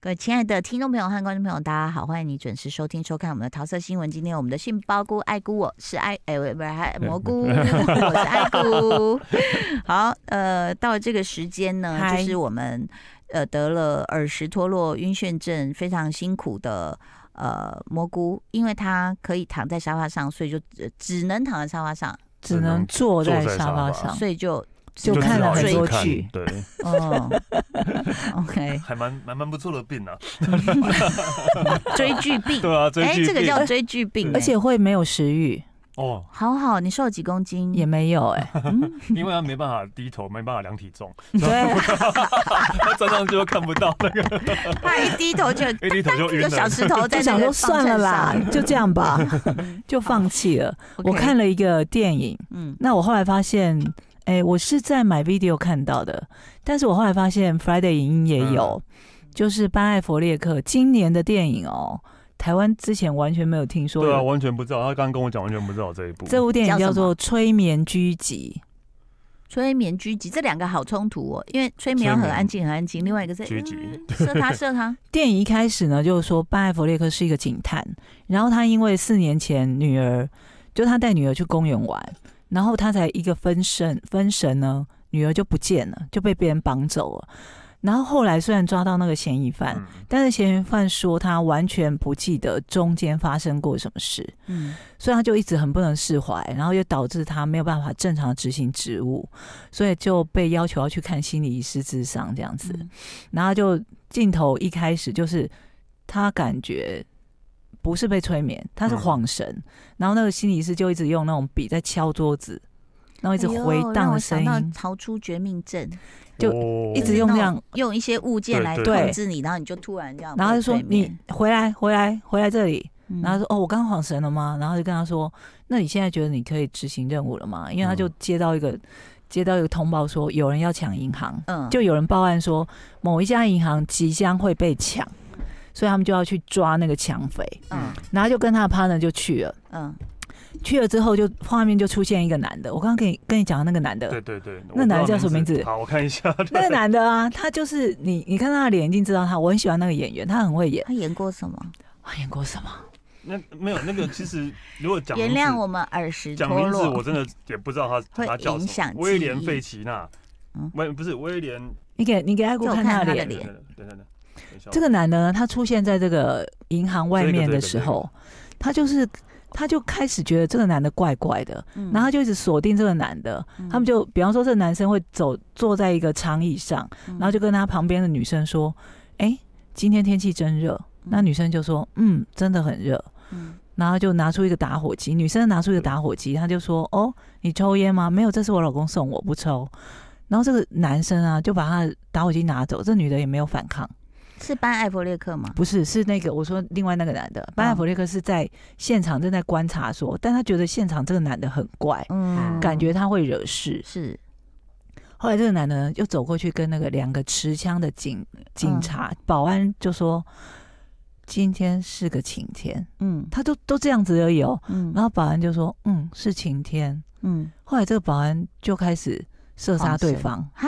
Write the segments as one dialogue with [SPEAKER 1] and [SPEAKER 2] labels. [SPEAKER 1] 各位亲爱的听众朋友和观众朋友，大家好，欢迎你准时收听收看我们的桃色新闻。今天我们的杏鲍菇爱菇，我是爱哎，不不是蘑 菇，我是爱菇。好，呃，到这个时间呢，
[SPEAKER 2] 嗨
[SPEAKER 1] 就是我们呃得了耳石脱落晕眩症，非常辛苦的。呃，蘑菇，因为它可以躺在沙发上，所以就只只能躺在沙发上，
[SPEAKER 2] 只能坐在沙发
[SPEAKER 3] 坐在沙
[SPEAKER 2] 上
[SPEAKER 3] 发，
[SPEAKER 1] 所以就
[SPEAKER 2] 就看了很多剧，
[SPEAKER 3] 对，
[SPEAKER 1] 哦，OK，
[SPEAKER 3] 还蛮蛮蛮不错的病啊。
[SPEAKER 1] 追剧病，
[SPEAKER 3] 对啊，追
[SPEAKER 1] 哎、
[SPEAKER 3] 剧
[SPEAKER 1] 这个
[SPEAKER 3] 病
[SPEAKER 1] 叫追剧病、
[SPEAKER 2] 而
[SPEAKER 1] 哎
[SPEAKER 2] 且会没有食欲，
[SPEAKER 3] 哦，
[SPEAKER 1] 好好，你瘦了几公斤？
[SPEAKER 2] 也没有 哎、
[SPEAKER 1] 嗯
[SPEAKER 3] 因为他没办法低头，没办法量体重，
[SPEAKER 1] 啊
[SPEAKER 2] 对，
[SPEAKER 3] 他站上去就看不到那个，
[SPEAKER 1] 他一低头就
[SPEAKER 3] 一低头就晕
[SPEAKER 1] 有小
[SPEAKER 3] 了。
[SPEAKER 1] 石头在
[SPEAKER 2] 就
[SPEAKER 1] 那
[SPEAKER 2] 想
[SPEAKER 1] 个
[SPEAKER 2] 说算了啦
[SPEAKER 1] 方向上，
[SPEAKER 2] 就这 样吧，就放弃了。我
[SPEAKER 1] OK，
[SPEAKER 2] 看了一个电影，
[SPEAKER 1] 嗯，
[SPEAKER 2] 那我后来发现，哎、我是在买 video 看到的，但是我后来发现 Friday 影音也有，就是班艾佛列克今年的电影哦，台湾之前完全没有听说
[SPEAKER 3] 对啊，
[SPEAKER 2] 有。
[SPEAKER 3] 完全不知道。他刚刚跟我讲，完全不知道这一部。
[SPEAKER 2] 这部电影
[SPEAKER 1] 叫
[SPEAKER 2] 叫
[SPEAKER 1] 什
[SPEAKER 2] 做《催眠狙击
[SPEAKER 1] 催眠狙击这两个好冲突哦，因为催眠要
[SPEAKER 3] 催
[SPEAKER 1] 很
[SPEAKER 3] 眠
[SPEAKER 1] 安静很安静，另外一个是
[SPEAKER 3] 狙击
[SPEAKER 1] 嗯射他射 他，》。
[SPEAKER 2] 电影一开始呢，就是说班艾佛列克是一个警探，然后他因为四年前女儿，就他带女儿去公园玩，然后他才一个分身分神呢，女儿就不见了，就被别人绑走了。然后后来虽然抓到那个嫌疑犯，
[SPEAKER 3] 嗯
[SPEAKER 2] 但是嫌疑犯说他完全不记得中间发生过什么事，
[SPEAKER 1] 嗯，
[SPEAKER 2] 所以他就一直很不能释怀，然后又导致他没有办法正常执行职务，所以就被要求要去看心理医师智商这样子。
[SPEAKER 1] 嗯
[SPEAKER 2] 然后就镜头一开始就是他感觉不是被催眠，
[SPEAKER 1] 嗯
[SPEAKER 2] 他是晃神，然后那个心理医师就一直用那种笔在敲桌子，然后一直回
[SPEAKER 1] 哎呦让
[SPEAKER 2] 荡
[SPEAKER 1] 我
[SPEAKER 2] 的声
[SPEAKER 1] 想
[SPEAKER 2] 音，
[SPEAKER 1] 到逃出绝命镇，
[SPEAKER 2] 就
[SPEAKER 3] 哦
[SPEAKER 2] 一直用这样
[SPEAKER 1] 就是那种用一些物件
[SPEAKER 3] 对
[SPEAKER 1] 来
[SPEAKER 3] 对
[SPEAKER 1] 控制你，然后你就突然这样被
[SPEAKER 2] 然后
[SPEAKER 1] 催眠，
[SPEAKER 2] 就说你回来回来回来这里，
[SPEAKER 1] 嗯，
[SPEAKER 2] 然后他说：“哦，我刚晃神了吗？”然后就跟他说：“那你现在觉得你可以执行任务了吗？”因为他
[SPEAKER 1] 嗯
[SPEAKER 2] 就接到一个、接到一个通报说有人要抢银行，
[SPEAKER 1] 嗯，
[SPEAKER 2] 就有人报案说某一家银行即将会被抢，所以他们就要去抓那个抢匪。
[SPEAKER 1] 嗯
[SPEAKER 2] 然后就跟他的 partner 就去了，
[SPEAKER 1] 嗯，
[SPEAKER 2] 去了之后就画面就出现一个男的，我刚刚跟你跟你讲的那个男
[SPEAKER 3] 对
[SPEAKER 2] 的，
[SPEAKER 3] 对对，我
[SPEAKER 2] 那男的
[SPEAKER 3] 不知道
[SPEAKER 2] 叫什么名字
[SPEAKER 3] 好，我看一下。
[SPEAKER 2] 那个男的啊，他就是你，你看他的脸一定知道他，我很喜欢那个演员，他很会演，
[SPEAKER 1] 他演过什么？
[SPEAKER 2] 他演过什么？
[SPEAKER 3] 那没有那个，其实如果讲
[SPEAKER 1] 原
[SPEAKER 3] 名字
[SPEAKER 1] 谅我们耳石
[SPEAKER 3] 讲
[SPEAKER 1] 脱
[SPEAKER 3] 名字，我
[SPEAKER 1] 落，
[SPEAKER 3] 真的也不知道 他
[SPEAKER 1] 会
[SPEAKER 3] 他叫
[SPEAKER 1] 影
[SPEAKER 3] 什
[SPEAKER 1] 响
[SPEAKER 3] 么。威廉
[SPEAKER 1] 记忆
[SPEAKER 3] 费奇纳
[SPEAKER 1] 嗯，
[SPEAKER 3] 威不是威廉，
[SPEAKER 2] 你给你给艾姑
[SPEAKER 1] 就
[SPEAKER 2] 看
[SPEAKER 1] 看
[SPEAKER 2] 他
[SPEAKER 1] 他
[SPEAKER 2] 的
[SPEAKER 1] 的
[SPEAKER 2] 脸
[SPEAKER 3] 等。
[SPEAKER 1] 脸
[SPEAKER 3] 等等等等一下，
[SPEAKER 2] 这个男的呢，他出现在这个银行外面的时候，他就是他就开始觉得这个男的怪怪的，
[SPEAKER 1] 嗯
[SPEAKER 2] 然后他就一直锁定这个男的。他们就比方说，这个男生会走坐在一个长椅上，
[SPEAKER 1] 嗯
[SPEAKER 2] 然后就跟他旁边的女生说：“哎、今天天气真热。”
[SPEAKER 1] 嗯
[SPEAKER 2] 那女生就说：“嗯，真的很热。
[SPEAKER 1] 嗯”
[SPEAKER 2] 然后就拿出一个打火机，女生拿出一个打火机，他就说：“哦，你抽烟吗？没有，这是我老公送我，不抽。”然后这个男生啊，就把他的打火机拿走，这女的也没有反抗。
[SPEAKER 1] 是班艾弗列克吗？
[SPEAKER 2] 不是，是那个我说另外那个男的，
[SPEAKER 1] 嗯
[SPEAKER 2] 班艾弗列克是在现场正在观察说，但他觉得现场这个男的很怪，
[SPEAKER 1] 嗯，
[SPEAKER 2] 感觉他会惹事。
[SPEAKER 1] 是
[SPEAKER 2] 后来这个男的呢就走过去跟那个两个持枪的警警察、
[SPEAKER 1] 嗯
[SPEAKER 2] 保安就说：“今天是个晴天。”
[SPEAKER 1] 嗯
[SPEAKER 2] 他都都这样子而已哦。
[SPEAKER 1] 嗯
[SPEAKER 2] 然后保安就说：“嗯，是晴天。
[SPEAKER 1] 嗯，”
[SPEAKER 2] 后来这个保安就开始射杀对方
[SPEAKER 1] 哈，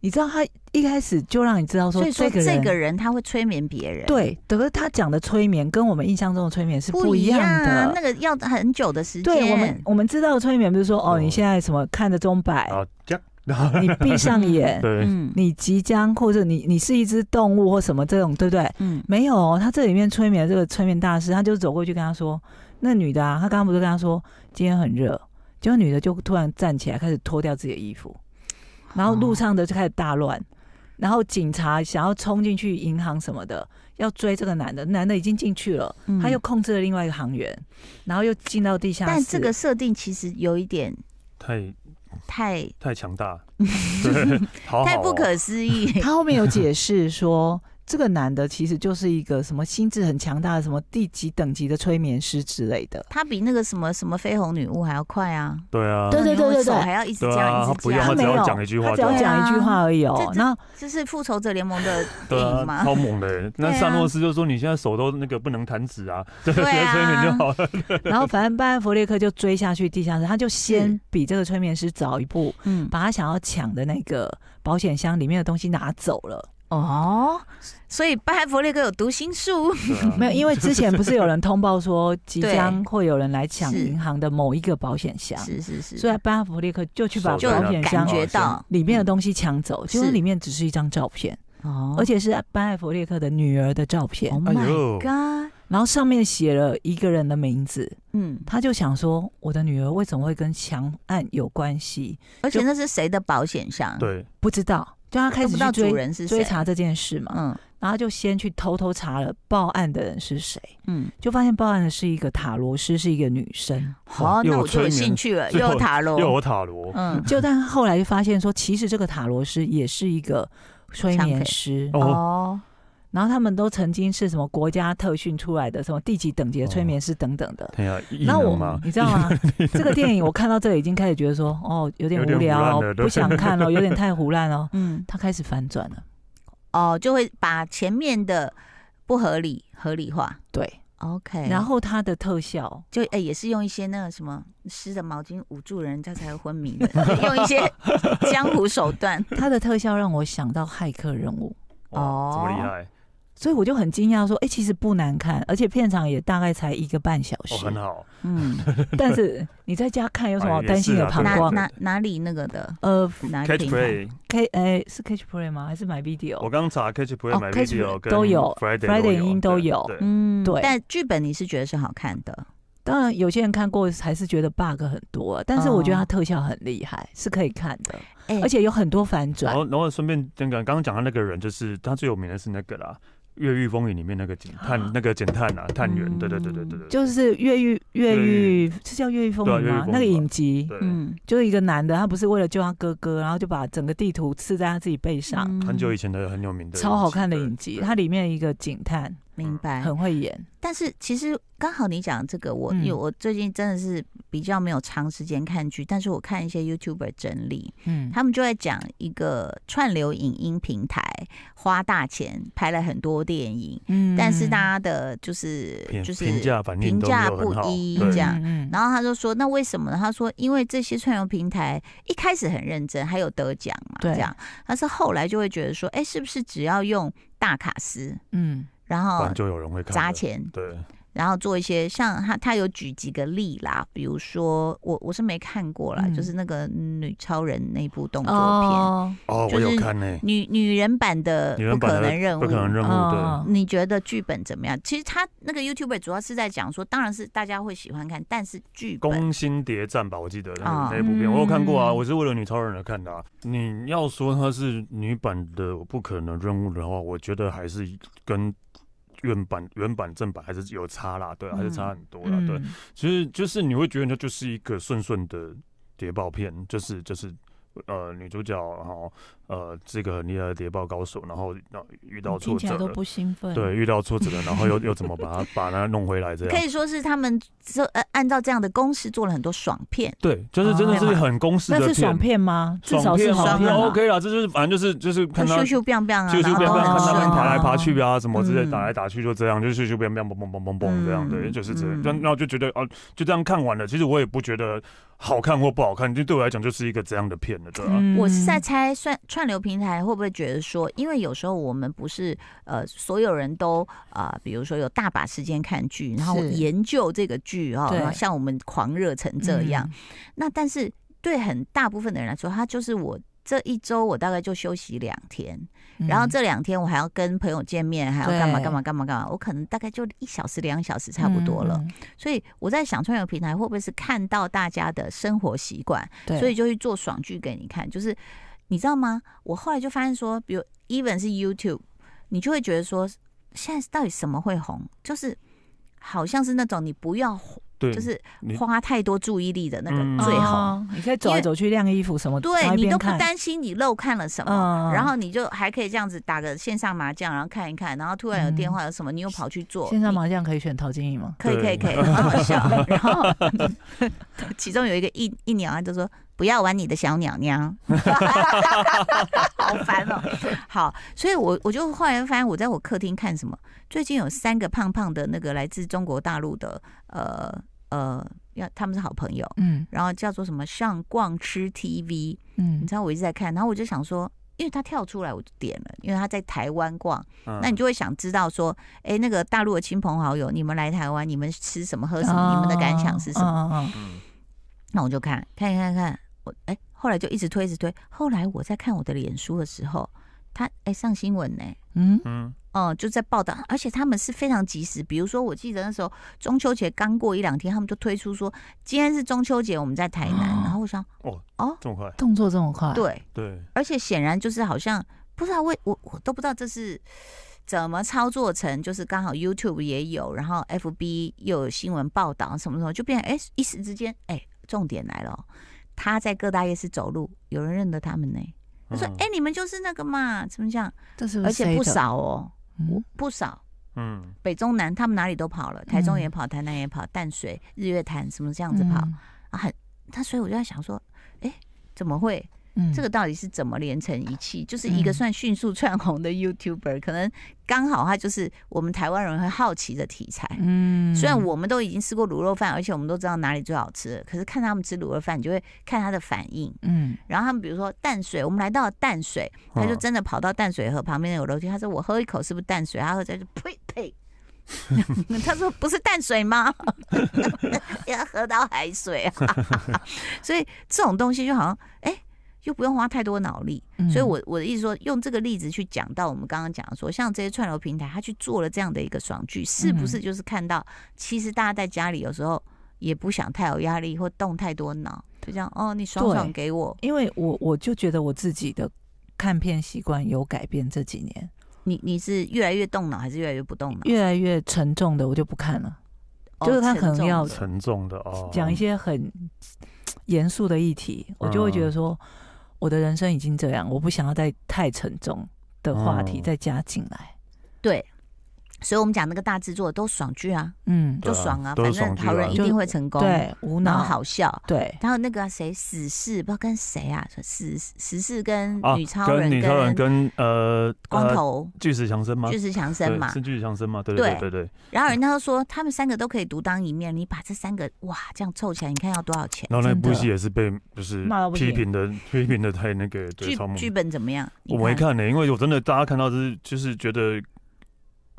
[SPEAKER 2] 你知道他一开始就让你知道说
[SPEAKER 1] 所以说
[SPEAKER 2] 这个
[SPEAKER 1] 这
[SPEAKER 2] 人
[SPEAKER 1] 个人他会催眠别人，，
[SPEAKER 2] 对，可是他讲的催眠跟我们印象中的催眠是不
[SPEAKER 1] 不
[SPEAKER 2] 一样的。
[SPEAKER 1] 啊，那个要很久的时间。
[SPEAKER 2] 对我们我们知道的催眠，不是说哦，
[SPEAKER 3] 嗯
[SPEAKER 2] 你现在什么看着钟摆，
[SPEAKER 3] 啊，这样
[SPEAKER 2] 你闭上 眼，
[SPEAKER 3] 对，
[SPEAKER 1] 嗯
[SPEAKER 2] 你即将或者你你是一只动物或什么这种，对不对？
[SPEAKER 1] 嗯
[SPEAKER 2] 没有哦，他这里面催眠这个催眠大师，他就走过去跟他说，那女的啊，他刚刚不是跟他说今天很热，结果女的就突然站起来开始脱掉自己的衣服，然后路上的就开始大乱，然后警察想要冲进去银行什么的，要追这个男的，男的已经进去了，
[SPEAKER 1] 嗯
[SPEAKER 2] 他又控制了另外一个行员，然后又进到地下室。
[SPEAKER 1] 但这个设定其实有一点
[SPEAKER 3] 太
[SPEAKER 1] 太
[SPEAKER 3] 太强大 了，对，好好哦
[SPEAKER 1] 太不可思议。
[SPEAKER 2] 他后面有解释说，这个男的其实就是一个什么心智很强大的什么第几等级的催眠师之类 的。
[SPEAKER 1] 他比那个什么什么绯红女巫还要快啊！
[SPEAKER 3] 对啊，
[SPEAKER 2] 对对对对对
[SPEAKER 1] 手还要一直
[SPEAKER 3] 对
[SPEAKER 1] 这样
[SPEAKER 3] 啊，他
[SPEAKER 1] 一直
[SPEAKER 3] 不
[SPEAKER 1] 这
[SPEAKER 3] 用，他
[SPEAKER 1] 样
[SPEAKER 3] 只，
[SPEAKER 2] 没有
[SPEAKER 3] 要讲一句
[SPEAKER 2] 他
[SPEAKER 3] 话
[SPEAKER 2] 只
[SPEAKER 3] 就好，
[SPEAKER 2] 要讲一句话而已
[SPEAKER 1] 对
[SPEAKER 2] 哦
[SPEAKER 1] 啊。
[SPEAKER 2] 然后
[SPEAKER 1] 这是复仇者联盟的电
[SPEAKER 3] 对
[SPEAKER 1] 影
[SPEAKER 3] 啊，
[SPEAKER 1] 吗？
[SPEAKER 3] 超猛的欸。那
[SPEAKER 1] 对啊
[SPEAKER 3] 萨诺斯就说你现在手都那个不能弹指啊，对，直
[SPEAKER 1] 对
[SPEAKER 3] 接
[SPEAKER 1] 啊
[SPEAKER 3] 催眠就好了。
[SPEAKER 2] 然后反正班艾弗列克就追下去地下室，他就先
[SPEAKER 1] 是
[SPEAKER 2] 比这个催眠师早一步，
[SPEAKER 1] 嗯，
[SPEAKER 2] 把他想要抢的那个保险箱里面的东西拿走了。
[SPEAKER 1] 哦，所以巴佛列哥有读心术，
[SPEAKER 3] 对啊
[SPEAKER 2] 没有，因为之前不是有人通报说即
[SPEAKER 1] 对
[SPEAKER 2] 将会有人来抢
[SPEAKER 1] 是
[SPEAKER 2] 银行的某一个保险箱，
[SPEAKER 1] 是是是，
[SPEAKER 2] 所以班弗利克就去把
[SPEAKER 3] 手
[SPEAKER 1] 就
[SPEAKER 3] 拿
[SPEAKER 2] 保险
[SPEAKER 1] 感
[SPEAKER 2] 箱
[SPEAKER 1] 觉到
[SPEAKER 2] 里面的东西抢走，结果
[SPEAKER 1] 是
[SPEAKER 2] 里面只是一张照片，
[SPEAKER 1] 哦
[SPEAKER 2] 而且是班弗列克的女儿的照片，
[SPEAKER 1] ，Oh
[SPEAKER 3] 哎
[SPEAKER 1] my
[SPEAKER 3] 呦
[SPEAKER 1] God，
[SPEAKER 2] 然后上面写了一个人的名字，
[SPEAKER 1] 嗯，
[SPEAKER 2] 他就想说我的女儿为什么会跟强案有关系？
[SPEAKER 1] 而且
[SPEAKER 2] 就
[SPEAKER 1] 那是谁的保险箱？，
[SPEAKER 3] 对，
[SPEAKER 2] 不知道，就他开
[SPEAKER 1] 都
[SPEAKER 2] 始
[SPEAKER 1] 不知
[SPEAKER 2] 去
[SPEAKER 1] 道主
[SPEAKER 2] 追
[SPEAKER 1] 人是谁
[SPEAKER 2] 追，查这件事嘛，
[SPEAKER 1] 嗯
[SPEAKER 2] 然后就先去偷偷查了报案的人是谁，
[SPEAKER 1] 嗯，
[SPEAKER 2] 就发现报案的是一个塔罗师，是一个女生。
[SPEAKER 1] 好，
[SPEAKER 3] 又
[SPEAKER 1] 那
[SPEAKER 3] 有
[SPEAKER 1] 我就有
[SPEAKER 3] 催眠
[SPEAKER 1] 兴趣了，
[SPEAKER 3] 最
[SPEAKER 1] 又有
[SPEAKER 3] 后
[SPEAKER 1] 塔
[SPEAKER 3] 又有
[SPEAKER 1] 罗，
[SPEAKER 3] 塔罗
[SPEAKER 1] 嗯，
[SPEAKER 2] 就但后来就发现说，其实这个塔罗师也是一个催眠师，
[SPEAKER 3] 哦，
[SPEAKER 1] 哦，
[SPEAKER 2] 然后他们都曾经是什么国家特训出来的，什么第几等级的
[SPEAKER 1] 哦
[SPEAKER 2] 催眠师等等的。
[SPEAKER 3] 哎呀，异
[SPEAKER 2] 那
[SPEAKER 3] 能
[SPEAKER 2] 我
[SPEAKER 3] 吗？
[SPEAKER 2] 你知道吗？ 这个电影我看到这里已经开始觉得说，哦，有点
[SPEAKER 3] 有点
[SPEAKER 2] 无
[SPEAKER 3] 胡
[SPEAKER 2] 聊
[SPEAKER 3] 乱
[SPEAKER 2] 哦
[SPEAKER 3] 了，对
[SPEAKER 2] 不想看了，有点太胡乱了。
[SPEAKER 1] 嗯，
[SPEAKER 2] 他开始反转了，
[SPEAKER 1] 哦，就会把前面的不合理合理化
[SPEAKER 2] 对。
[SPEAKER 1] ，OK，
[SPEAKER 2] 然后他的特效，
[SPEAKER 1] 就哎、也是用一些那个什么湿的毛巾捂住人，他才会昏迷的，用一 些江湖手段。
[SPEAKER 2] 他的特效让我想到骇客任务，
[SPEAKER 3] 哇，这么厉
[SPEAKER 1] 哦
[SPEAKER 3] 害，
[SPEAKER 2] 所以我就很惊讶说，哎，其实不难看，而且片长也大概才一个半小时
[SPEAKER 3] 哦，，很好，
[SPEAKER 1] 嗯，
[SPEAKER 2] 但是你在家看有 什么好
[SPEAKER 3] 啊也
[SPEAKER 2] 担心
[SPEAKER 3] 是
[SPEAKER 2] 的
[SPEAKER 3] 啊
[SPEAKER 2] 膀
[SPEAKER 3] 对
[SPEAKER 1] 哪
[SPEAKER 2] 胱？
[SPEAKER 1] 哪哪里那个的，
[SPEAKER 2] 呃
[SPEAKER 1] 哪里
[SPEAKER 3] Catch
[SPEAKER 1] 平台
[SPEAKER 3] Play，
[SPEAKER 2] ，K 哎是 Catch Play 吗？还是买
[SPEAKER 3] 我
[SPEAKER 2] Video？
[SPEAKER 3] 刚查 Catch Play
[SPEAKER 2] 哦
[SPEAKER 3] 买
[SPEAKER 2] Catch
[SPEAKER 3] video
[SPEAKER 2] Play
[SPEAKER 3] 跟
[SPEAKER 2] 都有
[SPEAKER 3] Friday
[SPEAKER 2] Friday
[SPEAKER 3] 有
[SPEAKER 2] 音都
[SPEAKER 3] 对
[SPEAKER 2] 有
[SPEAKER 3] 对
[SPEAKER 1] 嗯，
[SPEAKER 2] 对
[SPEAKER 1] 但剧本你是觉得是好看的，
[SPEAKER 2] 当然，有些人看过还是觉得 bug 很多啊，但是我觉得它特效很厉害，是可以看的，
[SPEAKER 1] 哎
[SPEAKER 2] 而且有很多反转
[SPEAKER 3] 然。后，然后顺便那个刚刚讲他那个人，就是他最有名的是那个啦，《越狱风云》里面那个警探，那个检探啊，探员，对对对对对对，
[SPEAKER 2] 就是越狱越
[SPEAKER 3] 越
[SPEAKER 2] 狱是叫越狱风
[SPEAKER 3] 对啊
[SPEAKER 2] 云
[SPEAKER 3] 越狱
[SPEAKER 2] 吗
[SPEAKER 3] 风？云
[SPEAKER 2] 那
[SPEAKER 3] 吧
[SPEAKER 2] 个影集
[SPEAKER 3] 对，
[SPEAKER 1] 嗯，
[SPEAKER 2] 就是一个男的，他不是为了救他哥哥，然后就把整个地图刺在他自己背上，
[SPEAKER 1] 嗯
[SPEAKER 3] 很久以前的很有名的，
[SPEAKER 2] 超好看的影集。
[SPEAKER 3] 对
[SPEAKER 2] 它里面一个警探
[SPEAKER 1] 明白。
[SPEAKER 2] 很会演，
[SPEAKER 1] 但是其实刚好你讲这个，我
[SPEAKER 2] 嗯
[SPEAKER 1] 因为我最近真的是比较没有长时间看剧，但是我看一些 YouTuber 整理，
[SPEAKER 2] 嗯，
[SPEAKER 1] 他们就在讲一个串流影音平台花大钱拍了很多电影，
[SPEAKER 2] 嗯
[SPEAKER 1] 但是大家的就是
[SPEAKER 3] 评
[SPEAKER 1] 就是
[SPEAKER 3] 评价反应
[SPEAKER 1] 评
[SPEAKER 3] 都没
[SPEAKER 1] 价
[SPEAKER 3] 有很
[SPEAKER 1] 不
[SPEAKER 3] 好，
[SPEAKER 1] 一
[SPEAKER 3] 对
[SPEAKER 1] 这样
[SPEAKER 2] 嗯嗯
[SPEAKER 1] 然后他就说，那为什么呢？他说，因为这些串流平台一开始很认真，还有得奖嘛，
[SPEAKER 2] 对
[SPEAKER 1] 这样。但是后来就会觉得说，哎，是不是只要用大卡司，
[SPEAKER 2] 嗯
[SPEAKER 1] 然
[SPEAKER 3] 不
[SPEAKER 1] 后
[SPEAKER 3] 然就有人会看
[SPEAKER 1] 砸
[SPEAKER 3] 了，
[SPEAKER 1] 钱，
[SPEAKER 3] 对，
[SPEAKER 1] 然后做一些像他他有举几个例啦，比如说我我是没看过啦，
[SPEAKER 2] 嗯
[SPEAKER 1] 就是那个女超人那部动作片，
[SPEAKER 2] 哦
[SPEAKER 3] 哦，
[SPEAKER 1] 就
[SPEAKER 3] 我有
[SPEAKER 1] 是
[SPEAKER 3] 看呢，
[SPEAKER 1] 女女人版的
[SPEAKER 3] 女
[SPEAKER 1] 不
[SPEAKER 3] 人版
[SPEAKER 1] 可
[SPEAKER 3] 的
[SPEAKER 1] 能任务，
[SPEAKER 3] 不可能任务，对，
[SPEAKER 2] 哦
[SPEAKER 1] 你觉得剧本怎么样？其实他那个 YouTuber 主要是在讲说，当然是大家会喜欢看，但是剧本
[SPEAKER 3] 攻心谍战吧，我记得
[SPEAKER 1] 啊
[SPEAKER 3] 那那一部片，我有看过啊，
[SPEAKER 2] 嗯
[SPEAKER 3] 我是为了女超人而看的啊。你要说它是女版的不可能任务的话，我觉得还是跟原版原版正版还是有差啦，对啊，
[SPEAKER 1] 嗯
[SPEAKER 3] 还是差很多啦，
[SPEAKER 2] 嗯
[SPEAKER 3] 对。其实就是你会觉得它就是一个顺顺的谍报片，就是就是。呃，女主角然后呃，这个很厉害的谍报高手，然后呃遇到挫
[SPEAKER 2] 听起
[SPEAKER 3] 折
[SPEAKER 2] 来都
[SPEAKER 3] 了，
[SPEAKER 2] 不兴奋，
[SPEAKER 3] 对，遇到挫折 了，然后又又怎么把它把它弄回来这样
[SPEAKER 1] 可？以说是他们这呃按照这样的公式做了很多爽片。
[SPEAKER 3] 对，就是真的是很公式的
[SPEAKER 2] 那
[SPEAKER 3] 片，
[SPEAKER 2] 是爽片吗？至少是
[SPEAKER 1] 爽片
[SPEAKER 2] 爽片啊
[SPEAKER 1] 嘛
[SPEAKER 3] 那
[SPEAKER 2] 吧
[SPEAKER 3] OK 啦，这就是反正就是就是
[SPEAKER 1] 就
[SPEAKER 3] 看他
[SPEAKER 1] 咻咻 biang biang 啊，然
[SPEAKER 3] 咻咻
[SPEAKER 1] 后
[SPEAKER 3] 变
[SPEAKER 1] 都
[SPEAKER 3] 变，看
[SPEAKER 1] 很
[SPEAKER 3] 他
[SPEAKER 1] 顺
[SPEAKER 3] 们
[SPEAKER 2] 慢
[SPEAKER 3] 爬来
[SPEAKER 1] 啊。
[SPEAKER 3] 爬去啊，什么之类
[SPEAKER 1] 嗯
[SPEAKER 3] 打来打去就这样，就咻咻变变嘣嘣嘣嘣嘣这样
[SPEAKER 1] 嗯
[SPEAKER 3] 对，就是这
[SPEAKER 1] 嗯
[SPEAKER 3] 样。然后就觉得哦，就这样看完了。其实我也不觉得好看或不好看，就对我来讲就是一个这样的片了，对吧？
[SPEAKER 2] 嗯
[SPEAKER 1] 我是在猜，算串流平台会不会觉得说，因为有时候我们不是呃所有人都呃，比如说有大把时间看剧，然后
[SPEAKER 2] 是
[SPEAKER 1] 研究这个剧哦，
[SPEAKER 2] 对嗯
[SPEAKER 1] 然后像我们狂热成这样，，那但是对很大部分的人来说，他就是我这一周我大概就休息两天，
[SPEAKER 2] 嗯
[SPEAKER 1] 然后这两天我还要跟朋友见面，还要干嘛
[SPEAKER 2] 对
[SPEAKER 1] 干嘛干嘛干嘛，我可能大概就一小时两小时差不多了。，
[SPEAKER 2] 嗯
[SPEAKER 1] 所以我在想，串流平台会不会是看到大家的生活习惯，
[SPEAKER 2] 对，
[SPEAKER 1] 所以就去做爽剧给你看？就是你知道吗？我后来就发现说，比如 even 是 YouTube，你就会觉得说，现在到底什么会红？就是好像是那种你不要
[SPEAKER 3] 对，
[SPEAKER 1] 就是
[SPEAKER 3] 你
[SPEAKER 1] 花太多注意力的那个
[SPEAKER 3] 嗯
[SPEAKER 1] 最红。
[SPEAKER 2] 哦，你可以走
[SPEAKER 1] 因
[SPEAKER 2] 来
[SPEAKER 1] 为
[SPEAKER 2] 走去晾衣服什么，然
[SPEAKER 1] 对
[SPEAKER 2] 后一
[SPEAKER 1] 你
[SPEAKER 2] 边
[SPEAKER 1] 都不
[SPEAKER 2] 看
[SPEAKER 1] 担心你漏看了什么，
[SPEAKER 2] 嗯
[SPEAKER 1] 然后你就还可以这样子打个线上麻将，然后看一看，然后突然有电话有什么，你又跑去做
[SPEAKER 2] 嗯线上
[SPEAKER 1] 你
[SPEAKER 2] 麻将可以选陶晶莹吗？
[SPEAKER 1] 可以可以
[SPEAKER 3] 对
[SPEAKER 1] 可以，很好笑。然后 其中有一个一一鸟，他就说不要玩你的小鸟鸟，好烦哦。好，所以我我就后来发现我在我客厅看什么，最近有三个胖胖的那个来自中国大陆的呃呃，要他们是好朋友。
[SPEAKER 2] 嗯
[SPEAKER 1] 然后叫做什么上逛吃 TV，
[SPEAKER 2] 嗯
[SPEAKER 1] 你知道我一直在看，然后我就想说，因为他跳出来我就点了，因为他在台湾逛，
[SPEAKER 3] 嗯
[SPEAKER 1] 那你就会想知道说，哎、那个大陆的亲朋好友，你们来台湾，你们吃什么喝什嗯么，你们的感想是什么？
[SPEAKER 2] 么？嗯
[SPEAKER 3] 嗯
[SPEAKER 1] 那我就看看一看看，我哎、后来就一直推一直推，后来我在看我的脸书的时候，他哎、上新闻呢、
[SPEAKER 2] 嗯
[SPEAKER 3] 嗯
[SPEAKER 1] 哦、就在报道，而且他们是非常及时。比如说，我记得那时候中秋节刚过一两天，他们就推出说今天是中秋节，我们在台南。
[SPEAKER 2] 哦
[SPEAKER 1] 然后我想，
[SPEAKER 3] 哦
[SPEAKER 1] 哦，
[SPEAKER 3] 这么快，
[SPEAKER 2] 动作这么快，，
[SPEAKER 1] 对，
[SPEAKER 3] 对，
[SPEAKER 1] 而且显然就是好像不知道为我我都不知道这是怎么操作成，就是刚好 YouTube 也有，然后 FB 又有新闻报道什么什么，就变成哎、一时之间哎、重点来了哦，他在各大夜市走路，有人认得他们呢。他说：“
[SPEAKER 3] 嗯
[SPEAKER 1] 哎、你们就是那个嘛，怎么讲？
[SPEAKER 2] 这是
[SPEAKER 1] 而且不
[SPEAKER 2] 谁的，
[SPEAKER 1] 少哦，
[SPEAKER 2] 嗯
[SPEAKER 1] 不少。
[SPEAKER 3] 嗯
[SPEAKER 1] 北中南他们哪里都跑了，台中也
[SPEAKER 2] 嗯
[SPEAKER 1] 跑，台南也跑，淡水、日月潭什么这样子跑、
[SPEAKER 2] 嗯
[SPEAKER 1] 啊，很。他所以我就在想说，哎、怎么会？
[SPEAKER 2] 嗯
[SPEAKER 1] 这个到底是怎么连成一气？就是一个
[SPEAKER 2] 嗯
[SPEAKER 1] 算迅速窜红的 YouTuber，可能刚好他就是我们台湾人会好奇的题材。
[SPEAKER 2] 嗯
[SPEAKER 1] 虽然我们都已经吃过卤肉饭，而且我们都知道哪里最好吃了，可是看他们吃卤肉饭，你就会看他的反应。
[SPEAKER 2] 嗯
[SPEAKER 1] 然后他们比如说淡水，我们来到了淡水，他
[SPEAKER 3] 嗯
[SPEAKER 1] 就真的跑到淡水河旁边有楼梯，他说我喝一口是不是淡水？他喝起来就呸 呸，他说不是淡水吗？ 要喝到海水啊！ 所以这种东西就好像哎、又不用花太多脑力。
[SPEAKER 2] 嗯
[SPEAKER 1] 所以我我的意思说，用这个例子去讲到我们刚刚讲的说，像这些串流平台，他去做了这样的一个爽剧，是不
[SPEAKER 2] 嗯
[SPEAKER 1] 是就是看到其实大家在家里有时候也不想太有压力或动太多脑，就这样哦，你爽爽
[SPEAKER 2] 对
[SPEAKER 1] 给我。
[SPEAKER 2] 因为我我就觉得我自己的看片习惯有改变，这几年
[SPEAKER 1] 你你是越来越动脑还是越来越不动脑？
[SPEAKER 2] 越来越沉重的我就不看了，就是他可能要
[SPEAKER 1] 哦
[SPEAKER 3] 沉重的哦，
[SPEAKER 2] 讲一些很严肃的议题，我就会
[SPEAKER 1] 嗯
[SPEAKER 2] 觉得说，我的人生已经这样，我不想要再太沉重的话题
[SPEAKER 3] 嗯
[SPEAKER 2] 再加进来。
[SPEAKER 1] 对，所以我们讲那个大制作都爽剧啊，
[SPEAKER 2] 嗯，
[SPEAKER 3] 对
[SPEAKER 1] 就
[SPEAKER 3] 啊
[SPEAKER 1] 爽啊，
[SPEAKER 3] 都
[SPEAKER 1] 反
[SPEAKER 3] 是
[SPEAKER 1] 正
[SPEAKER 3] 爽剧
[SPEAKER 1] 好
[SPEAKER 3] 啊
[SPEAKER 1] 人一
[SPEAKER 2] 就
[SPEAKER 1] 定会成功，，
[SPEAKER 2] 对，无
[SPEAKER 1] 然
[SPEAKER 2] 脑
[SPEAKER 1] 后，好笑。
[SPEAKER 2] 对，
[SPEAKER 1] 还有那个啊谁死侍，不知道跟谁啊，说死死侍跟
[SPEAKER 3] 啊
[SPEAKER 1] 女超
[SPEAKER 3] 跟
[SPEAKER 1] 人
[SPEAKER 3] 女超人跟呃
[SPEAKER 1] 光
[SPEAKER 3] 呃
[SPEAKER 1] 头
[SPEAKER 3] 巨石强森吗？
[SPEAKER 1] 巨石强森
[SPEAKER 3] 对，
[SPEAKER 1] 嘛
[SPEAKER 3] 是，巨石强森吗？对对
[SPEAKER 1] 对
[SPEAKER 3] 对对对。
[SPEAKER 1] 然后人家就说他们三个都可以独当一面，你把这三个哇这样凑起来，你看要多少钱？
[SPEAKER 3] 然后那
[SPEAKER 2] 真的
[SPEAKER 3] 部戏也是被就是
[SPEAKER 2] 骂到不行
[SPEAKER 3] 批评的批评的太那个对
[SPEAKER 1] 剧
[SPEAKER 3] 超猛
[SPEAKER 1] 剧本怎么样？你
[SPEAKER 3] 我没看呢、因为我真的大家看到就是就是觉得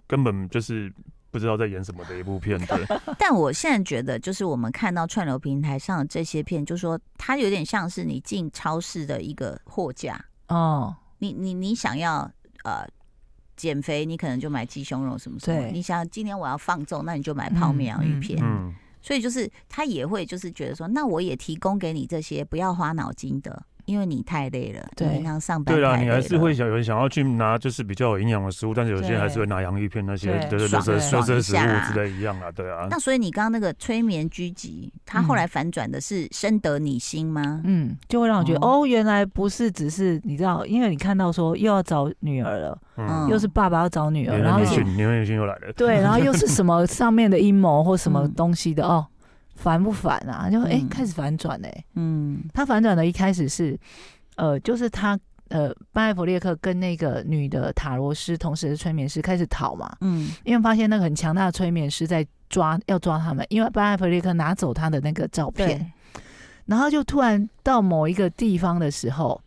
[SPEAKER 3] 根本就是不知道在演什么的一部片，对，
[SPEAKER 1] 但我现在觉得，就是我们看到串流平台上的这些片，就说它有点像是你进超市的一个货架，
[SPEAKER 2] 哦，
[SPEAKER 1] 你你你想要呃减肥，你可能就买鸡胸肉什么什么；
[SPEAKER 2] 对
[SPEAKER 1] 你想要今天我要放纵，那你就买泡面、洋芋片。
[SPEAKER 3] 嗯
[SPEAKER 1] 所以就是他也会就是觉得说，那我也提供给你这些不要花脑筋的，因为你太累了，你
[SPEAKER 2] 对
[SPEAKER 1] 平常上班
[SPEAKER 3] 对啦，
[SPEAKER 1] 太累
[SPEAKER 3] 你
[SPEAKER 1] 了。
[SPEAKER 3] 还是会想有人想要去拿就是比较有营养的食物，但是有些人还是会拿洋芋片那些，
[SPEAKER 2] 对
[SPEAKER 3] 对对
[SPEAKER 1] 爽
[SPEAKER 3] 对，
[SPEAKER 1] 爽
[SPEAKER 3] 奢
[SPEAKER 1] 一
[SPEAKER 3] 侈食
[SPEAKER 1] 下啊
[SPEAKER 3] 物之类一样啊，对啊，
[SPEAKER 1] 那所以你刚刚那个催眠狙击，他后来反转的是深得你心吗？
[SPEAKER 2] 嗯，就会让我觉得，
[SPEAKER 1] 哦
[SPEAKER 2] 哦，原来不是只是你知道，因为你看到说又要找女儿了，
[SPEAKER 1] 嗯
[SPEAKER 2] 又是爸爸要找女儿，
[SPEAKER 3] 年
[SPEAKER 2] 然后
[SPEAKER 3] 年
[SPEAKER 2] 是
[SPEAKER 1] 是
[SPEAKER 3] 训，年年训又来了，
[SPEAKER 2] 对，然后又是 什么上面的阴谋或什么
[SPEAKER 1] 嗯
[SPEAKER 2] 东西的哦，烦不烦啊？就哎、
[SPEAKER 1] 嗯
[SPEAKER 2] 开始反转哎、
[SPEAKER 1] 嗯
[SPEAKER 2] 他反转的一开始是，呃，就是他呃，班艾弗列克跟那个女的塔罗师，同时是催眠师开始讨嘛，
[SPEAKER 1] 嗯
[SPEAKER 2] 因为发现那个很强大的催眠师在抓要抓他们，因为班艾弗列克拿走他的那个照片，
[SPEAKER 1] 对，
[SPEAKER 2] 然后就突然到某一个地方的时候，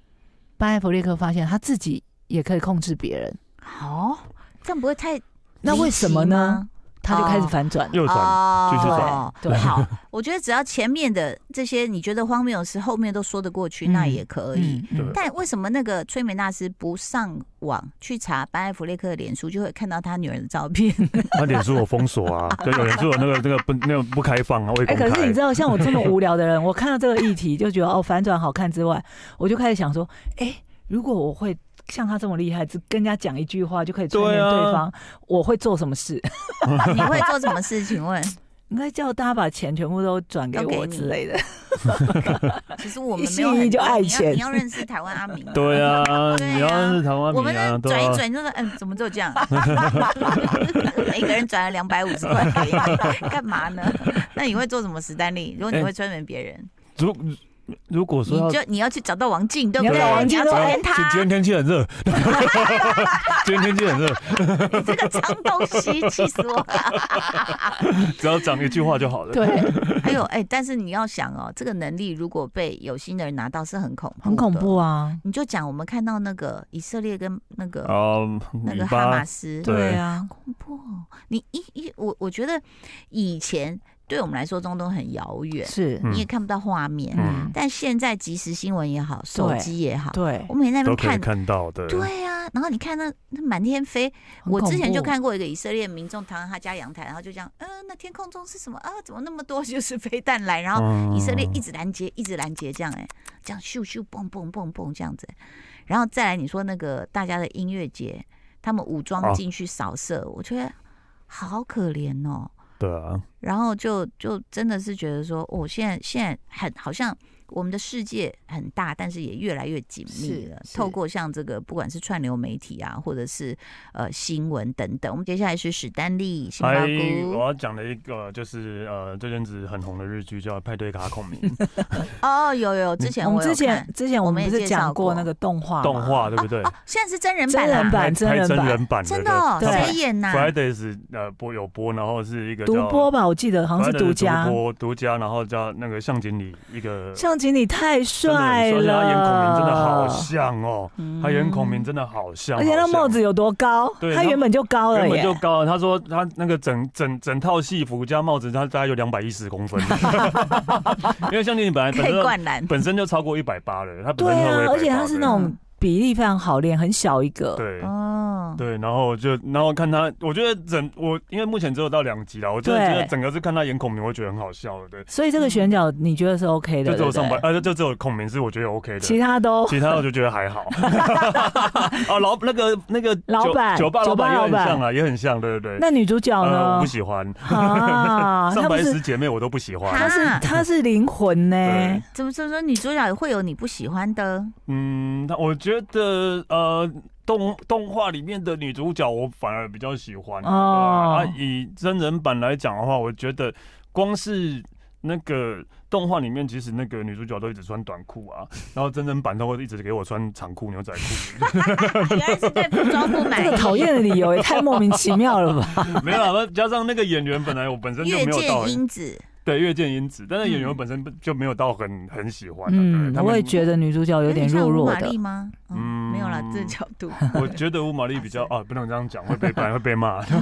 [SPEAKER 2] 班艾弗列克发现他自己也可以控制别人，
[SPEAKER 1] 好、这样不会太
[SPEAKER 2] 那为什么呢？他就开始
[SPEAKER 1] 哦
[SPEAKER 2] 反转了。
[SPEAKER 3] 又转，继续
[SPEAKER 1] 哦
[SPEAKER 3] 转，
[SPEAKER 2] 对对
[SPEAKER 1] 好，我觉得只要前面的这些你觉得荒谬的事，后面都说得过去，
[SPEAKER 2] 嗯
[SPEAKER 1] 那也可以。
[SPEAKER 2] 嗯嗯
[SPEAKER 3] 对
[SPEAKER 1] 但为什么那个催眠大师不上网去查班艾弗列克的脸书，就会看到他女儿的照 片？
[SPEAKER 3] 他脸书有封锁啊，对，有脸书有那个那个不那个不开放啊，未
[SPEAKER 2] 哎、
[SPEAKER 3] 公
[SPEAKER 2] 可是你知
[SPEAKER 3] 开，
[SPEAKER 2] 道，像我这么无聊的人，我看到这个议题就觉得哦，反转好看之外，我就开始想说，哎、如果我会像他这么厉害，只跟人家讲一句话就可以催眠
[SPEAKER 3] 对啊
[SPEAKER 2] 对方，我会做什么事？
[SPEAKER 1] 你会做什么事？请问，
[SPEAKER 2] 应该叫大家把钱全部都转给
[SPEAKER 1] 都给
[SPEAKER 2] 我
[SPEAKER 1] 你
[SPEAKER 2] 之类 的。
[SPEAKER 1] 其实我们
[SPEAKER 2] 一
[SPEAKER 1] 没有
[SPEAKER 2] 心一
[SPEAKER 1] 很
[SPEAKER 2] 意就
[SPEAKER 1] 多
[SPEAKER 2] 爱
[SPEAKER 1] 你要
[SPEAKER 2] 钱
[SPEAKER 1] 你要认识台湾阿 明啊。
[SPEAKER 3] 对啊，
[SPEAKER 1] 对啊
[SPEAKER 3] 你要是台湾
[SPEAKER 1] 我
[SPEAKER 3] 米
[SPEAKER 1] 们
[SPEAKER 3] 啊，对
[SPEAKER 1] 转
[SPEAKER 3] 啊
[SPEAKER 1] 一，转就是，嗯，怎么就这样？ 每个人转了两百五十
[SPEAKER 3] 哎
[SPEAKER 1] 块给你，干嘛呢？那你会做什么，史丹利？如果你会催眠别人，
[SPEAKER 3] 如如果说
[SPEAKER 1] 你
[SPEAKER 3] 要
[SPEAKER 1] 就你要去找到王静，对不
[SPEAKER 2] 你要找
[SPEAKER 1] 对？
[SPEAKER 2] 王
[SPEAKER 1] 你
[SPEAKER 2] 静
[SPEAKER 1] 要
[SPEAKER 2] 说
[SPEAKER 1] 去
[SPEAKER 2] 哎
[SPEAKER 1] 跟
[SPEAKER 3] 今今
[SPEAKER 1] 他
[SPEAKER 3] 天，天气很热， 今天天气很热，
[SPEAKER 1] 你这个脏东西，气死 我了！
[SPEAKER 3] 只要讲一句话就好了。
[SPEAKER 2] 对，
[SPEAKER 1] 哎呦哎，但是你要想哦，这个能力如果被有心的人拿到，是很恐怖，
[SPEAKER 2] 很恐。怖啊，
[SPEAKER 1] 你就讲我们看到那个以色列跟那个、
[SPEAKER 3] 啊，
[SPEAKER 1] 那
[SPEAKER 3] 尾
[SPEAKER 1] 个哈
[SPEAKER 3] 巴
[SPEAKER 1] 马斯，
[SPEAKER 3] 对
[SPEAKER 2] 对啊，
[SPEAKER 1] 恐怖哦！你一一我我觉得以前对我们来说中东很遥远，
[SPEAKER 2] 是，
[SPEAKER 3] 嗯
[SPEAKER 1] 你也看不到画面，
[SPEAKER 2] 嗯，
[SPEAKER 1] 但现在即时新闻也好，手
[SPEAKER 2] 对
[SPEAKER 1] 机也好，
[SPEAKER 2] 对
[SPEAKER 1] 我，每天在那
[SPEAKER 3] 都
[SPEAKER 1] 边
[SPEAKER 3] 可以
[SPEAKER 1] 看。
[SPEAKER 3] 看到的。
[SPEAKER 1] 对啊，然后你看那那满天飞，
[SPEAKER 2] 很
[SPEAKER 1] 我之
[SPEAKER 2] 恐
[SPEAKER 1] 前就
[SPEAKER 2] 怖
[SPEAKER 1] 看过一个以色列民众躺在他家阳台，然后就这样，嗯、那天空中是什么啊？怎么那么多就是飞弹来？然后
[SPEAKER 3] 嗯，
[SPEAKER 1] 啊以色列一直拦截，一直拦截，这样哎、这样咻咻蹦蹦蹦蹦这样子、然后再来你说那个大家的音乐节，他们武装
[SPEAKER 3] 哦
[SPEAKER 1] 进去扫射，我觉得好可怜哦。
[SPEAKER 3] 对啊，
[SPEAKER 1] 然后就就真的是觉得说，哦，现在现在很好像我们的世界很大，但是也越来越紧密
[SPEAKER 2] 是
[SPEAKER 1] 了。
[SPEAKER 2] 是
[SPEAKER 1] 透过像这个不管是串流媒体啊，或者是呃新闻等等，我们接下来是史丹利、杏鲍
[SPEAKER 3] 还哎我
[SPEAKER 1] 菇。
[SPEAKER 3] 要讲的一个就是呃，这阵子很红的日剧叫《派对卡孔明》
[SPEAKER 1] 哦，有有，之前
[SPEAKER 2] 嗯我
[SPEAKER 1] 我
[SPEAKER 2] 们
[SPEAKER 1] 有
[SPEAKER 2] 之前
[SPEAKER 1] 看
[SPEAKER 2] 之前我
[SPEAKER 1] 我们也
[SPEAKER 2] 们不是
[SPEAKER 1] 介绍
[SPEAKER 2] 讲
[SPEAKER 1] 过
[SPEAKER 2] 过那个动画
[SPEAKER 3] 动
[SPEAKER 2] 吗
[SPEAKER 3] 画，对不对？
[SPEAKER 1] 哦，现在是真人 版
[SPEAKER 2] 真人
[SPEAKER 1] 啦，
[SPEAKER 2] 版
[SPEAKER 3] 拍
[SPEAKER 2] 人
[SPEAKER 3] 真
[SPEAKER 2] 版
[SPEAKER 3] 人版
[SPEAKER 1] 真的
[SPEAKER 3] 的
[SPEAKER 1] 哦
[SPEAKER 2] 对
[SPEAKER 1] 谁演呐？
[SPEAKER 3] Fridays 呃播有播，然后是一个
[SPEAKER 2] 独
[SPEAKER 3] 叫
[SPEAKER 2] 播吧，我记得好像是
[SPEAKER 3] Fridays
[SPEAKER 2] 独家。
[SPEAKER 3] 播独家，然后叫那个向经理一个
[SPEAKER 2] 向经理
[SPEAKER 3] 真的
[SPEAKER 2] 太
[SPEAKER 3] 很
[SPEAKER 2] 帅
[SPEAKER 3] 而且
[SPEAKER 2] 了，
[SPEAKER 3] 他演孔明真的好像哦，
[SPEAKER 1] 嗯
[SPEAKER 3] 他演孔明真的好像，
[SPEAKER 2] 而且那
[SPEAKER 3] 好像
[SPEAKER 2] 帽子有多高？
[SPEAKER 3] 对
[SPEAKER 2] 他原本就高了
[SPEAKER 3] 原本
[SPEAKER 2] 耶
[SPEAKER 3] 就。高了，他说他那个整整整套戏服加帽子，他大概有两百一十公 分，因为向经理本来本
[SPEAKER 1] 可以
[SPEAKER 3] 身
[SPEAKER 1] 灌篮，
[SPEAKER 3] 本身就超过一百八了，他本
[SPEAKER 2] 对
[SPEAKER 3] 身
[SPEAKER 2] 啊，
[SPEAKER 3] 就
[SPEAKER 2] 而且他是那种
[SPEAKER 1] 嗯
[SPEAKER 2] 比例非常好练，很小一个。
[SPEAKER 3] 对。
[SPEAKER 1] 哦，
[SPEAKER 3] 对，然后就然后看他，我觉得整我因为目前只有到两集了，我真的觉得
[SPEAKER 2] 对
[SPEAKER 3] 整个是看他演孔明，我觉得很好笑的，对，
[SPEAKER 2] 所以这个选角你觉得是 OK 的？
[SPEAKER 3] 就只有
[SPEAKER 2] 对
[SPEAKER 3] 上
[SPEAKER 2] 不
[SPEAKER 3] 班
[SPEAKER 2] 对，
[SPEAKER 3] 呃，就只有孔明是我觉得 OK 的，
[SPEAKER 2] 其他都
[SPEAKER 3] 其他我就觉得还 好。哦，老那个那个酒
[SPEAKER 2] 老板
[SPEAKER 3] 酒吧老板也很
[SPEAKER 2] 酒吧老板
[SPEAKER 3] 像啊，也很像，对对对。
[SPEAKER 2] 那女主角
[SPEAKER 3] 呃，我
[SPEAKER 2] 呢
[SPEAKER 3] 不？喜欢，
[SPEAKER 2] 啊，
[SPEAKER 3] 上
[SPEAKER 2] 她不
[SPEAKER 3] 白石
[SPEAKER 2] 是
[SPEAKER 3] 姐妹我都不喜欢。
[SPEAKER 2] 她
[SPEAKER 1] 啊
[SPEAKER 2] 是她是灵魂呢
[SPEAKER 3] 对。
[SPEAKER 1] 怎么怎么说？女主角会有你不喜欢 的，
[SPEAKER 3] 嗯，那我觉得呃，动动画里面的女主角我反而比较喜欢。
[SPEAKER 2] 哦
[SPEAKER 3] 对啊，以真人版来讲的话，我觉得光是。那个动画里面，其实那个女主角都一直穿短裤 啊，然后真人版都会一直给我穿长裤、牛仔裤。
[SPEAKER 1] 原来是对服装不满
[SPEAKER 2] 这个
[SPEAKER 1] 意。
[SPEAKER 2] 讨厌的理由也太莫名其妙 了吧？
[SPEAKER 3] 没有啊，加上那个演员本来我本身就
[SPEAKER 1] 月
[SPEAKER 3] 没有到
[SPEAKER 1] 见
[SPEAKER 3] 很
[SPEAKER 1] 英子，
[SPEAKER 3] 对越见因子，但是
[SPEAKER 1] 嗯
[SPEAKER 3] 演员本身不就没有到很很喜欢、啊。
[SPEAKER 2] 嗯
[SPEAKER 3] 对，他们
[SPEAKER 2] 我也觉得女主角有点
[SPEAKER 1] 像吴
[SPEAKER 2] 弱弱
[SPEAKER 1] 玛
[SPEAKER 2] 的嗯
[SPEAKER 1] 丽。吗？嗯，
[SPEAKER 3] 嗯
[SPEAKER 1] 没有啦，这角度。
[SPEAKER 3] 我觉得乌玛丽比较啊，不能这样讲，会被反会被骂，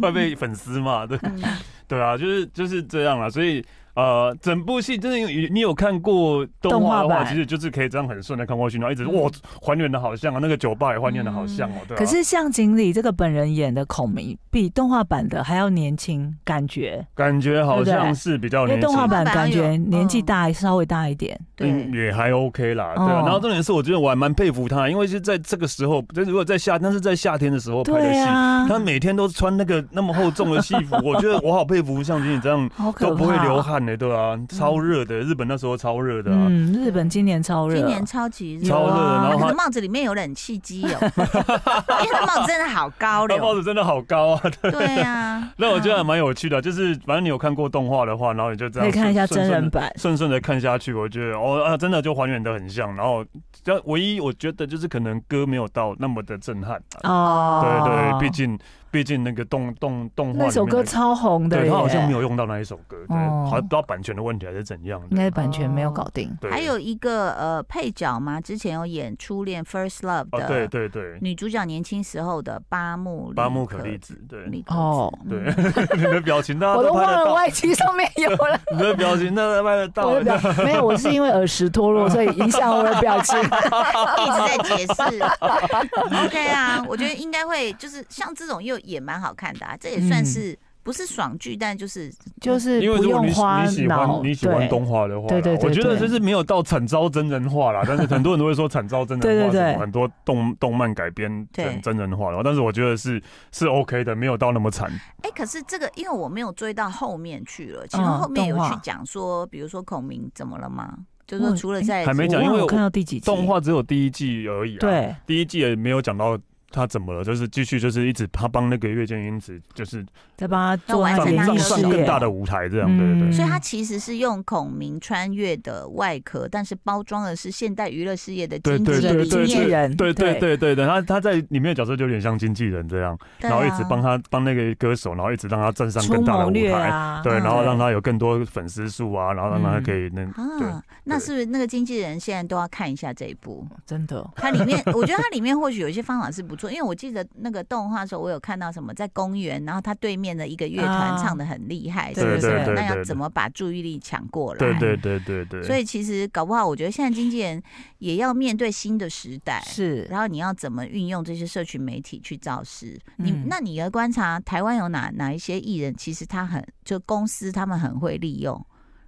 [SPEAKER 3] 会被粉丝骂。对
[SPEAKER 1] 嗯
[SPEAKER 3] 对啊，就是就是这样啦。所以呃，整部戏真的有你有看过动画的
[SPEAKER 2] 动画
[SPEAKER 3] 话，
[SPEAKER 2] 版
[SPEAKER 3] 其实就是可以这样很顺的看过去，然后一直哇还原的好像啊，那个酒吧也还原的好像哦、对、啊。
[SPEAKER 2] 嗯可是向经理这个本人演的孔明，比动画版的还要年轻，感觉，
[SPEAKER 3] 感觉好像是比较
[SPEAKER 2] 因为
[SPEAKER 3] 哦年
[SPEAKER 2] 动
[SPEAKER 3] 轻
[SPEAKER 2] 画。版
[SPEAKER 1] 动画版
[SPEAKER 2] 感
[SPEAKER 1] 有
[SPEAKER 2] 觉
[SPEAKER 1] 嗯
[SPEAKER 2] 年纪大，稍微大一点。
[SPEAKER 1] 对
[SPEAKER 3] 嗯，，也还 OK 啦，对啊。
[SPEAKER 2] 哦
[SPEAKER 3] 然后重点是，我觉得我还蛮佩服他，因为是在这个时候，就是如果在夏，但是在夏天的时候拍的
[SPEAKER 2] 对
[SPEAKER 3] 戏，
[SPEAKER 2] 啊，
[SPEAKER 3] 他每天都穿那个那么厚重的戏 服，我觉得我好佩服像经理这样
[SPEAKER 2] 好可怕，
[SPEAKER 3] 都不会流。汗的，对啊，超热的，日本那时候超热的啊。
[SPEAKER 2] 嗯，啊日本今年超热，
[SPEAKER 1] 今年超级热，
[SPEAKER 3] 超热
[SPEAKER 2] 的然后
[SPEAKER 1] 他
[SPEAKER 3] 他
[SPEAKER 1] 的帽子里面有冷气机哦， 因为他帽子真的好高
[SPEAKER 3] 那帽
[SPEAKER 1] 了。
[SPEAKER 3] 子真的好高啊！
[SPEAKER 1] 对啊，
[SPEAKER 3] 那我觉得还
[SPEAKER 1] 嗯
[SPEAKER 3] 蛮有趣的，就是反正你有看过动画的话，然后你就这
[SPEAKER 2] 可
[SPEAKER 3] 样
[SPEAKER 2] 以看一下
[SPEAKER 3] 顺
[SPEAKER 2] 真人
[SPEAKER 3] 顺顺地
[SPEAKER 2] 版。
[SPEAKER 3] 顺顺的看下去，我觉得哦啊，真的就还原的很像。然后，但唯一我觉得就是可能歌没有到那么的震撼啊。
[SPEAKER 2] 哦，
[SPEAKER 3] 对对，毕竟毕竟那个动动动画
[SPEAKER 2] 那首
[SPEAKER 3] 里面
[SPEAKER 2] 歌
[SPEAKER 3] 的
[SPEAKER 2] 超红的
[SPEAKER 3] 对
[SPEAKER 2] 耶，
[SPEAKER 3] 他好像没有用到那一首歌，对，
[SPEAKER 2] 哦
[SPEAKER 3] 好像不知道版权的问题还是怎样
[SPEAKER 2] 应该
[SPEAKER 3] 的。
[SPEAKER 2] 版权没有搞定。
[SPEAKER 3] 对，
[SPEAKER 1] 还有一个呃配角嘛，之前有演《初恋 First Love》
[SPEAKER 3] 哦，对
[SPEAKER 1] 的
[SPEAKER 3] 对对，
[SPEAKER 1] 女主角，年轻时候的八木
[SPEAKER 3] 巴木可粒子，对
[SPEAKER 1] 里克
[SPEAKER 2] 哦
[SPEAKER 1] 子
[SPEAKER 3] 对
[SPEAKER 1] 嗯，
[SPEAKER 3] 你的表情大家
[SPEAKER 2] 我
[SPEAKER 3] 都
[SPEAKER 2] 都
[SPEAKER 3] 拍
[SPEAKER 2] 忘
[SPEAKER 3] 得
[SPEAKER 2] 了
[SPEAKER 3] 到，
[SPEAKER 2] YT 上面有了，
[SPEAKER 3] 你的表情大家拍得
[SPEAKER 2] 我
[SPEAKER 3] 到
[SPEAKER 2] 的。表没有，我是因为耳石脱落，所以影响我的表情。
[SPEAKER 1] 一直在解 释。OK 啊，我觉得应该会就是像这种又也蛮好看的啊，这也
[SPEAKER 2] 嗯
[SPEAKER 1] 算是、不是爽剧，但就是
[SPEAKER 2] 就是
[SPEAKER 3] 因为
[SPEAKER 2] 不
[SPEAKER 3] 如果
[SPEAKER 2] 用
[SPEAKER 3] 你喜
[SPEAKER 2] 花
[SPEAKER 3] 你喜
[SPEAKER 2] 脑，
[SPEAKER 3] 欢你喜欢
[SPEAKER 2] 对
[SPEAKER 3] 动画的话啦，
[SPEAKER 2] 对对对
[SPEAKER 3] 我觉得
[SPEAKER 2] 对
[SPEAKER 3] 就是没有到惨遭真人化啦，但是很多人都会说惨遭真
[SPEAKER 2] 对
[SPEAKER 3] 人
[SPEAKER 2] 对
[SPEAKER 3] 化，什
[SPEAKER 2] 对
[SPEAKER 3] 么很多动动漫改编
[SPEAKER 1] 对
[SPEAKER 3] 成真人化了，但是我觉得是是 OK 的，没有到那么惨。
[SPEAKER 1] 哎、可是这个因为我没有追到后面去了，其实
[SPEAKER 2] 嗯
[SPEAKER 1] 后面有
[SPEAKER 2] 动
[SPEAKER 1] 去
[SPEAKER 2] 画
[SPEAKER 1] 讲说，比如说孔明怎么了吗？就是说
[SPEAKER 2] 我
[SPEAKER 1] 除了
[SPEAKER 2] 哎
[SPEAKER 1] 在
[SPEAKER 3] 还没讲
[SPEAKER 2] 我
[SPEAKER 3] 因为
[SPEAKER 2] 忘了
[SPEAKER 3] 我
[SPEAKER 2] 看到第几集
[SPEAKER 3] 动画只有第一季而已啊，
[SPEAKER 2] 对
[SPEAKER 3] 第一季也没有讲到他怎么了？就是继续就是一直他帮那个月见英子就是
[SPEAKER 2] 再帮他
[SPEAKER 1] 要
[SPEAKER 2] 做
[SPEAKER 1] 完
[SPEAKER 2] 他
[SPEAKER 1] 成
[SPEAKER 2] 的
[SPEAKER 1] 他
[SPEAKER 3] 上
[SPEAKER 1] 的
[SPEAKER 3] 上
[SPEAKER 2] 艺
[SPEAKER 1] 事
[SPEAKER 3] 上
[SPEAKER 1] 业
[SPEAKER 3] 更大
[SPEAKER 2] 事
[SPEAKER 3] 的舞台这样，对对对。
[SPEAKER 2] 嗯
[SPEAKER 1] 所以它其实是用孔明穿越的外壳，但是包装的是现代娱乐事业的
[SPEAKER 3] 对
[SPEAKER 1] 经
[SPEAKER 3] 对
[SPEAKER 1] 济
[SPEAKER 3] 对
[SPEAKER 1] 理
[SPEAKER 3] 对
[SPEAKER 2] 经纪
[SPEAKER 1] 念，
[SPEAKER 2] 人，
[SPEAKER 3] 对对对对对，他他在里面的角色就有点像经纪人这样，
[SPEAKER 1] 对
[SPEAKER 3] 然后一直
[SPEAKER 1] 啊
[SPEAKER 3] 帮他帮那个歌手，然后一直让他站上
[SPEAKER 2] 出
[SPEAKER 3] 更大的
[SPEAKER 2] 谋
[SPEAKER 3] 舞
[SPEAKER 2] 略
[SPEAKER 3] 台，
[SPEAKER 2] 啊，
[SPEAKER 3] 对，然
[SPEAKER 1] 嗯
[SPEAKER 3] 后
[SPEAKER 2] 对
[SPEAKER 3] 让他有更多粉丝数啊，然后让他可以那对
[SPEAKER 1] 啊，那是不是那个经纪人现在都要看一下这一 部？
[SPEAKER 2] 真的
[SPEAKER 1] 它里面，我觉得它里面或许有一些方法是不错，因为我记得那个动画的时候，我有看到什么在公园，然后他对面的一个乐团
[SPEAKER 2] 啊
[SPEAKER 1] 唱的很厉害，
[SPEAKER 2] 对
[SPEAKER 1] 是不
[SPEAKER 2] 对对
[SPEAKER 1] 是？
[SPEAKER 2] 对
[SPEAKER 1] 那要
[SPEAKER 3] 对
[SPEAKER 1] 怎么把注意力抢过来？
[SPEAKER 3] 对对对对对，
[SPEAKER 1] 所以其实搞不好，我觉得现在经纪人也要面对新的时代，
[SPEAKER 2] 是
[SPEAKER 1] 然后你要怎么运用这些社群媒体去造势？你、
[SPEAKER 2] 嗯
[SPEAKER 1] 那你的观察，台湾有哪哪一些艺人，其实他很就公司他们很会利用，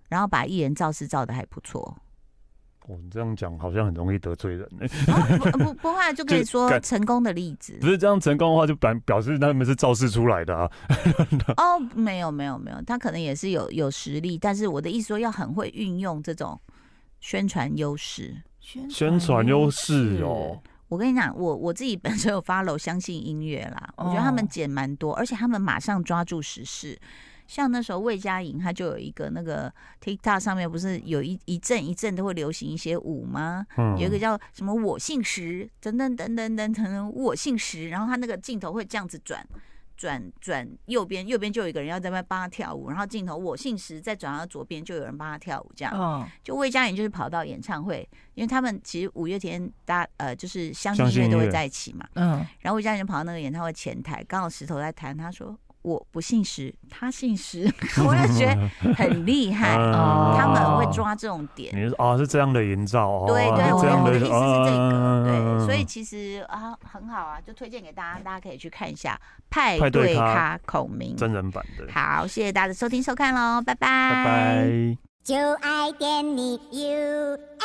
[SPEAKER 1] 然后把艺人造势造的还不错。
[SPEAKER 3] 我这样讲好像很容易得罪人、欸，
[SPEAKER 1] 啊、不不不会啊，就可以
[SPEAKER 3] 就
[SPEAKER 1] 说
[SPEAKER 3] 感
[SPEAKER 1] 成功的例子
[SPEAKER 3] 不。是这样成功的话就表表示他们是造势出来的啊，
[SPEAKER 1] 哦，没有没有没有，他可能也是有有实力，但是我的意思说要很会运用这种宣传优势。
[SPEAKER 3] 宣传优势哦，，
[SPEAKER 1] 我跟你讲，我我自己本身有 follow 相信音乐啦，我觉得
[SPEAKER 2] 哦
[SPEAKER 1] 他们剪蛮多，而且他们马上抓住时事。像那时候魏佳莹，她就有一个那个 TikTok 上面不是有一一阵一阵都会流行一些舞吗？
[SPEAKER 3] 嗯，
[SPEAKER 1] 有一个叫什么“我姓石”等等等等等等，我姓石，然后他那个镜头会这样子转。转转右边，右边就有一个人要在那边帮他跳舞，然后镜头我姓石，再转到左边就有人帮他跳舞，这样。
[SPEAKER 2] 嗯，
[SPEAKER 1] 就魏佳莹就是跑到演唱会，因为他们其实五月天大呃就是相信
[SPEAKER 3] 相
[SPEAKER 1] 音
[SPEAKER 3] 信
[SPEAKER 1] 乐都
[SPEAKER 3] 音
[SPEAKER 1] 会
[SPEAKER 3] 乐
[SPEAKER 1] 在一起嘛，
[SPEAKER 2] 嗯，
[SPEAKER 1] 然后魏佳莹就跑到那个演唱会前台，刚好石头在弹，他说我不姓石，他姓石， 我就 觉得很厉害，
[SPEAKER 2] 哦
[SPEAKER 1] 他们会抓这种点。
[SPEAKER 3] 嗯你是啊是这样的营造哦，
[SPEAKER 1] 对对，我
[SPEAKER 3] 这
[SPEAKER 1] 的
[SPEAKER 3] 样
[SPEAKER 1] 我的意思是这个，
[SPEAKER 3] 嗯
[SPEAKER 1] 对，所以其实啊很好啊，就推荐给大家，大家可以去看一下派
[SPEAKER 3] 派对
[SPEAKER 1] 对
[SPEAKER 3] 咖
[SPEAKER 1] 咖孔明。
[SPEAKER 3] 真人版的，
[SPEAKER 1] 好，谢谢大家的收听收看喽，拜
[SPEAKER 3] 拜拜。
[SPEAKER 4] 就爱点你 UFO。